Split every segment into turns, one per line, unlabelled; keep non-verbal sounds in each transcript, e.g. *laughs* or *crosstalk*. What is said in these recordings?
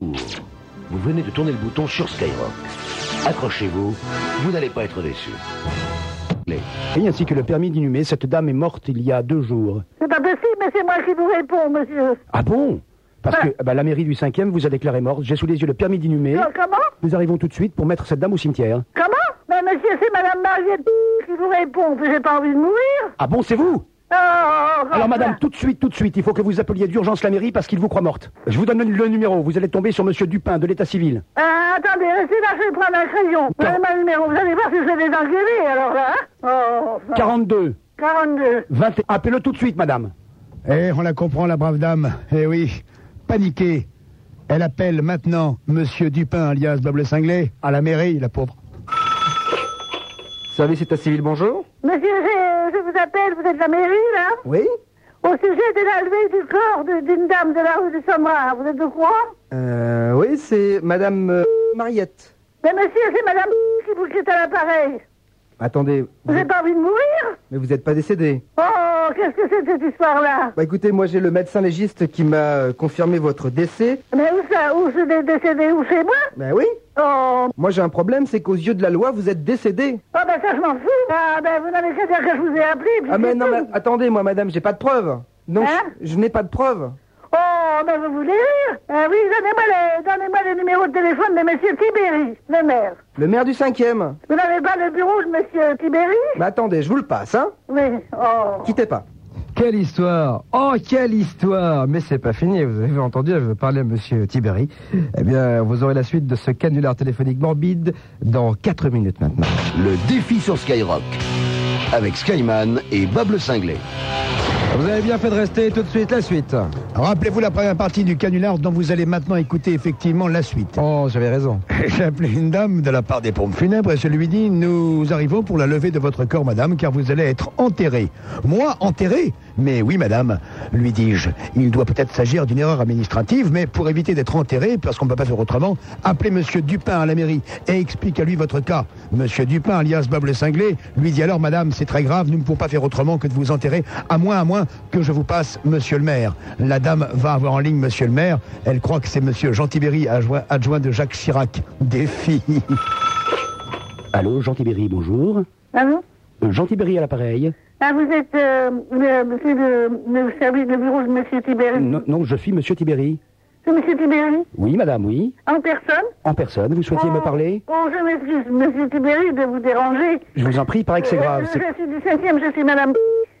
Vous venez de tourner le bouton sur Skyrock. Accrochez-vous, vous n'allez pas être déçus. Les-
Et ainsi que le permis d'inhumer, cette dame est morte il y a deux jours.
C'est pas possible, mais c'est moi qui vous réponds, monsieur.
Ah bon Parce que bah, la mairie du 5e vous a déclaré morte. J'ai sous les yeux le permis d'inhumer.
Non, Euh, Comment
Nous arrivons tout de suite pour mettre cette dame au cimetière.
Comment Mais monsieur, c'est madame Mariette qui vous répond. J'ai pas envie de mourir.
Ah bon, c'est vous
Oh,
Alors madame, tout de suite, tout de suite, il faut que vous appeliez d'urgence la mairie parce qu'il vous croit morte. Je vous donne le numéro, vous allez tomber sur monsieur Dupin de l'état civil.
Ah, attendez, restez là, je vais prendre un crayon. Vous avez mon numéro, vous allez voir si je vais les engueuler, alors là. hein. Oh, enfin,
42
42.
21. Appelez-le tout de suite, madame.
Eh, on la comprend, la brave dame. Eh oui, paniquée. Elle appelle maintenant Monsieur Dupin, alias Bable Cinglé, à la mairie, la pauvre.
Service état civil, bonjour.
Monsieur, je, je vous appelle, vous êtes la mairie, là hein?
Oui.
Au sujet de la levée du corps de- d'une dame de la rue du Sombrard. Vous êtes de quoi
Euh, oui, c'est madame euh, Mariette.
Mais monsieur, c'est madame qui vous quitte à l'appareil.
Attendez,
Vous n'avez pas envie de mourir
mais vous n'êtes pas décédé.
Oh, qu'est-ce que c'est que cette histoire-là
Bah écoutez, moi j'ai le médecin légiste qui m'a euh, confirmé votre décès.
Mais où ça Où je vais décéder Où chez moi
Bah oui.
Oh,
Moi j'ai un problème, c'est qu'aux yeux de la loi, vous êtes décédé.
oh ben ça, je m'en fous. Ah, ben vous n'avez qu'à dire que je vous ai appelé. puis
Ah mais
c'est
non,
tout.
mais attendez, moi madame, j'ai pas de preuves. Donc
Hein
je, je n'ai pas de preuves.
Oh, ben vous voulez rire Ah Oui, donnez-moi le, donnez-moi le numéro de téléphone de monsieur Tibéri, le maire.
Le maire du cinquième.
Vous n'avez pas le bureau de monsieur Tibéri
Bah attendez, je vous le passe, hein.
Oui, oh.
Quittez pas.
Quelle histoire Oh, quelle histoire Mais c'est pas fini, vous avez entendu, je parlais à Monsieur Tibéry. Eh bien, vous aurez la suite de ce canular téléphonique morbide dans 4 minutes maintenant.
Le défi sur Skyrock. Avec Skyman et Bob le Cinglé.
Vous avez bien fait de rester tout de suite la suite.
Rappelez-vous la première partie du canular dont vous allez maintenant écouter effectivement la suite.
Oh, j'avais
*laughs*
raison.
J'ai appelé une dame de la part des pompes funèbres et je lui dis Nous arrivons pour la levée de votre corps, madame, car vous allez être enterrée. Moi, enterrée Mais oui, madame, lui dis-je. Il doit peut-être s'agir d'une erreur administrative, mais pour éviter d'être enterrée, parce qu'on ne peut pas faire autrement, appelez monsieur Dupin à la mairie et explique à lui votre cas. Monsieur Dupin, alias Bob le Cinglé, lui dit alors Madame, c'est très grave, nous ne pouvons pas faire autrement que de vous enterrer, à moins, à moins que je vous passe monsieur le maire. La dame va avoir en ligne monsieur le maire, elle croit que c'est monsieur Gentibéry, adjoint, adjoint de Jacques Chirac. Défi
Allô, Jean Tibéry, bonjour.
Ah, vous
Euh, Jean Tibéry à l'appareil.
ah, vous êtes euh, le, monsieur le, le service de bureau de monsieur Tibéri
Non, non, je suis monsieur Tibéry.
C'est monsieur Tibéri
Oui, madame, oui.
En personne
En personne, vous souhaitiez me
Oh,
parler
Oh, je m'excuse, monsieur Tibéri, de vous déranger.
Je vous en prie, il paraît que c'est grave.
Euh,
c'est-
Je suis du cinquième, je suis madame.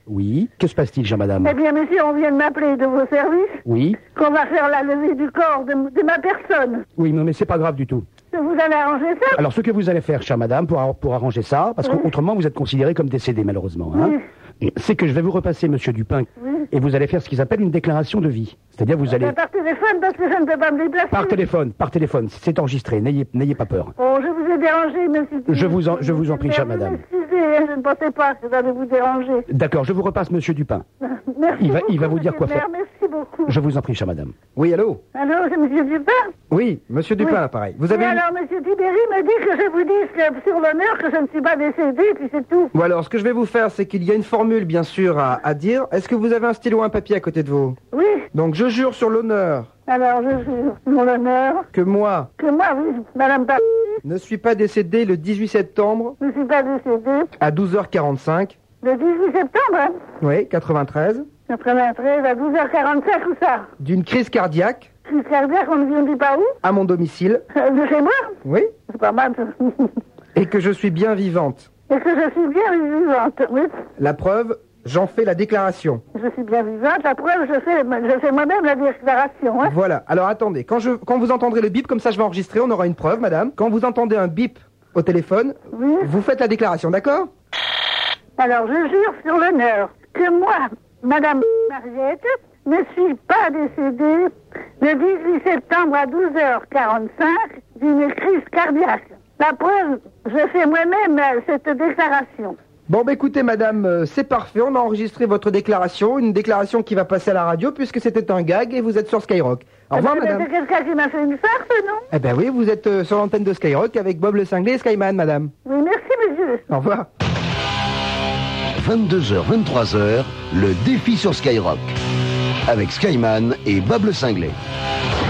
Oui, que se passe-t-il, jean madame
Eh bien, monsieur, on vient de m'appeler de vos services
Oui,
qu'on va faire la levée du corps de, de ma personne.
oui, non, mais c'est pas grave du tout.
Vous avez arrangé ça
Alors, ce que vous allez faire, chère madame, pour, ar- pour arranger ça, parce qu'autrement, vous êtes considérée comme décédée, malheureusement, hein, c'est que je vais vous repasser monsieur Dupin et vous allez faire ce qu'ils appellent une déclaration de vie. C'est-à-dire, vous allez.
Ben, Par téléphone, parce que je ne peux pas me déplacer.
Par téléphone, par téléphone, c'est enregistré, n'ayez n'ayez pas peur.
Oh, je vous ai dérangé, monsieur.
Je vous en- je vous en prie, chère madame.
Excusez, je ne pensais pas que j'allais vous déranger.
D'accord, je vous repasse monsieur Dupin.
Merci
Il va- il
beaucoup,
va vous dire quoi
monsieur le maire, Merci beaucoup.
Je vous en prie, chère madame.
Oui, allô
Alors, c'est monsieur Dupin
Oui, monsieur Dupin, pareil. Vous avez...
Et alors, monsieur Tibéri me dit que je vous dise que, sur l'honneur que je ne suis pas décédée, puis c'est tout.
Bon alors, ce que je vais vous faire, c'est qu'il y a une formule, bien sûr, à, à dire. Est-ce que vous avez un stylo, un papier à côté de vous
Oui,
Donc, je jure sur l'honneur
alors je jure, sur l'honneur,
que moi
que moi, oui, madame Paris,
ne suis pas décédé le 18 septembre
je ne suis pas décédée
à 12h45,
le 18 septembre, hein.
oui, 93,
93 à 12h45 ou ça
d'une crise cardiaque
Crise cardiaque, on ne dit pas où
à mon domicile,
Euh, De chez moi
oui,
C'est pas mal. ça. *laughs*
et que je suis bien vivante.
Est-ce que je suis bien vivante Oui,
La preuve, j'en fais la déclaration.
je suis bien vivante. La preuve, je fais, je fais moi-même la déclaration. Hein.
Voilà. Alors attendez, quand, je, quand vous entendrez le bip, comme ça je vais enregistrer, on aura une preuve, madame. Quand vous entendez un bip au téléphone,
Oui.
vous faites la déclaration, d'accord
Alors, je jure sur l'honneur que moi, madame Mariette, ne suis pas décédée le 18 septembre à 12h45 d'une crise cardiaque. La preuve, je fais moi-même euh, cette déclaration.
Bon, bah écoutez, madame, euh, c'est parfait, on a enregistré votre déclaration, une déclaration qui va passer à la radio puisque c'était un gag et vous êtes sur Skyrock. Au revoir,
Eh ben,
madame.
C'est quelqu'un qui m'a fait une farce, non
Eh ben oui, vous êtes euh, sur l'antenne de Skyrock avec Bob le Cinglé et Skyman, madame.
Oui, merci, monsieur.
Au revoir.
22h, 23h, le défi sur Skyrock. Avec Skyman et Bob le Cinglé.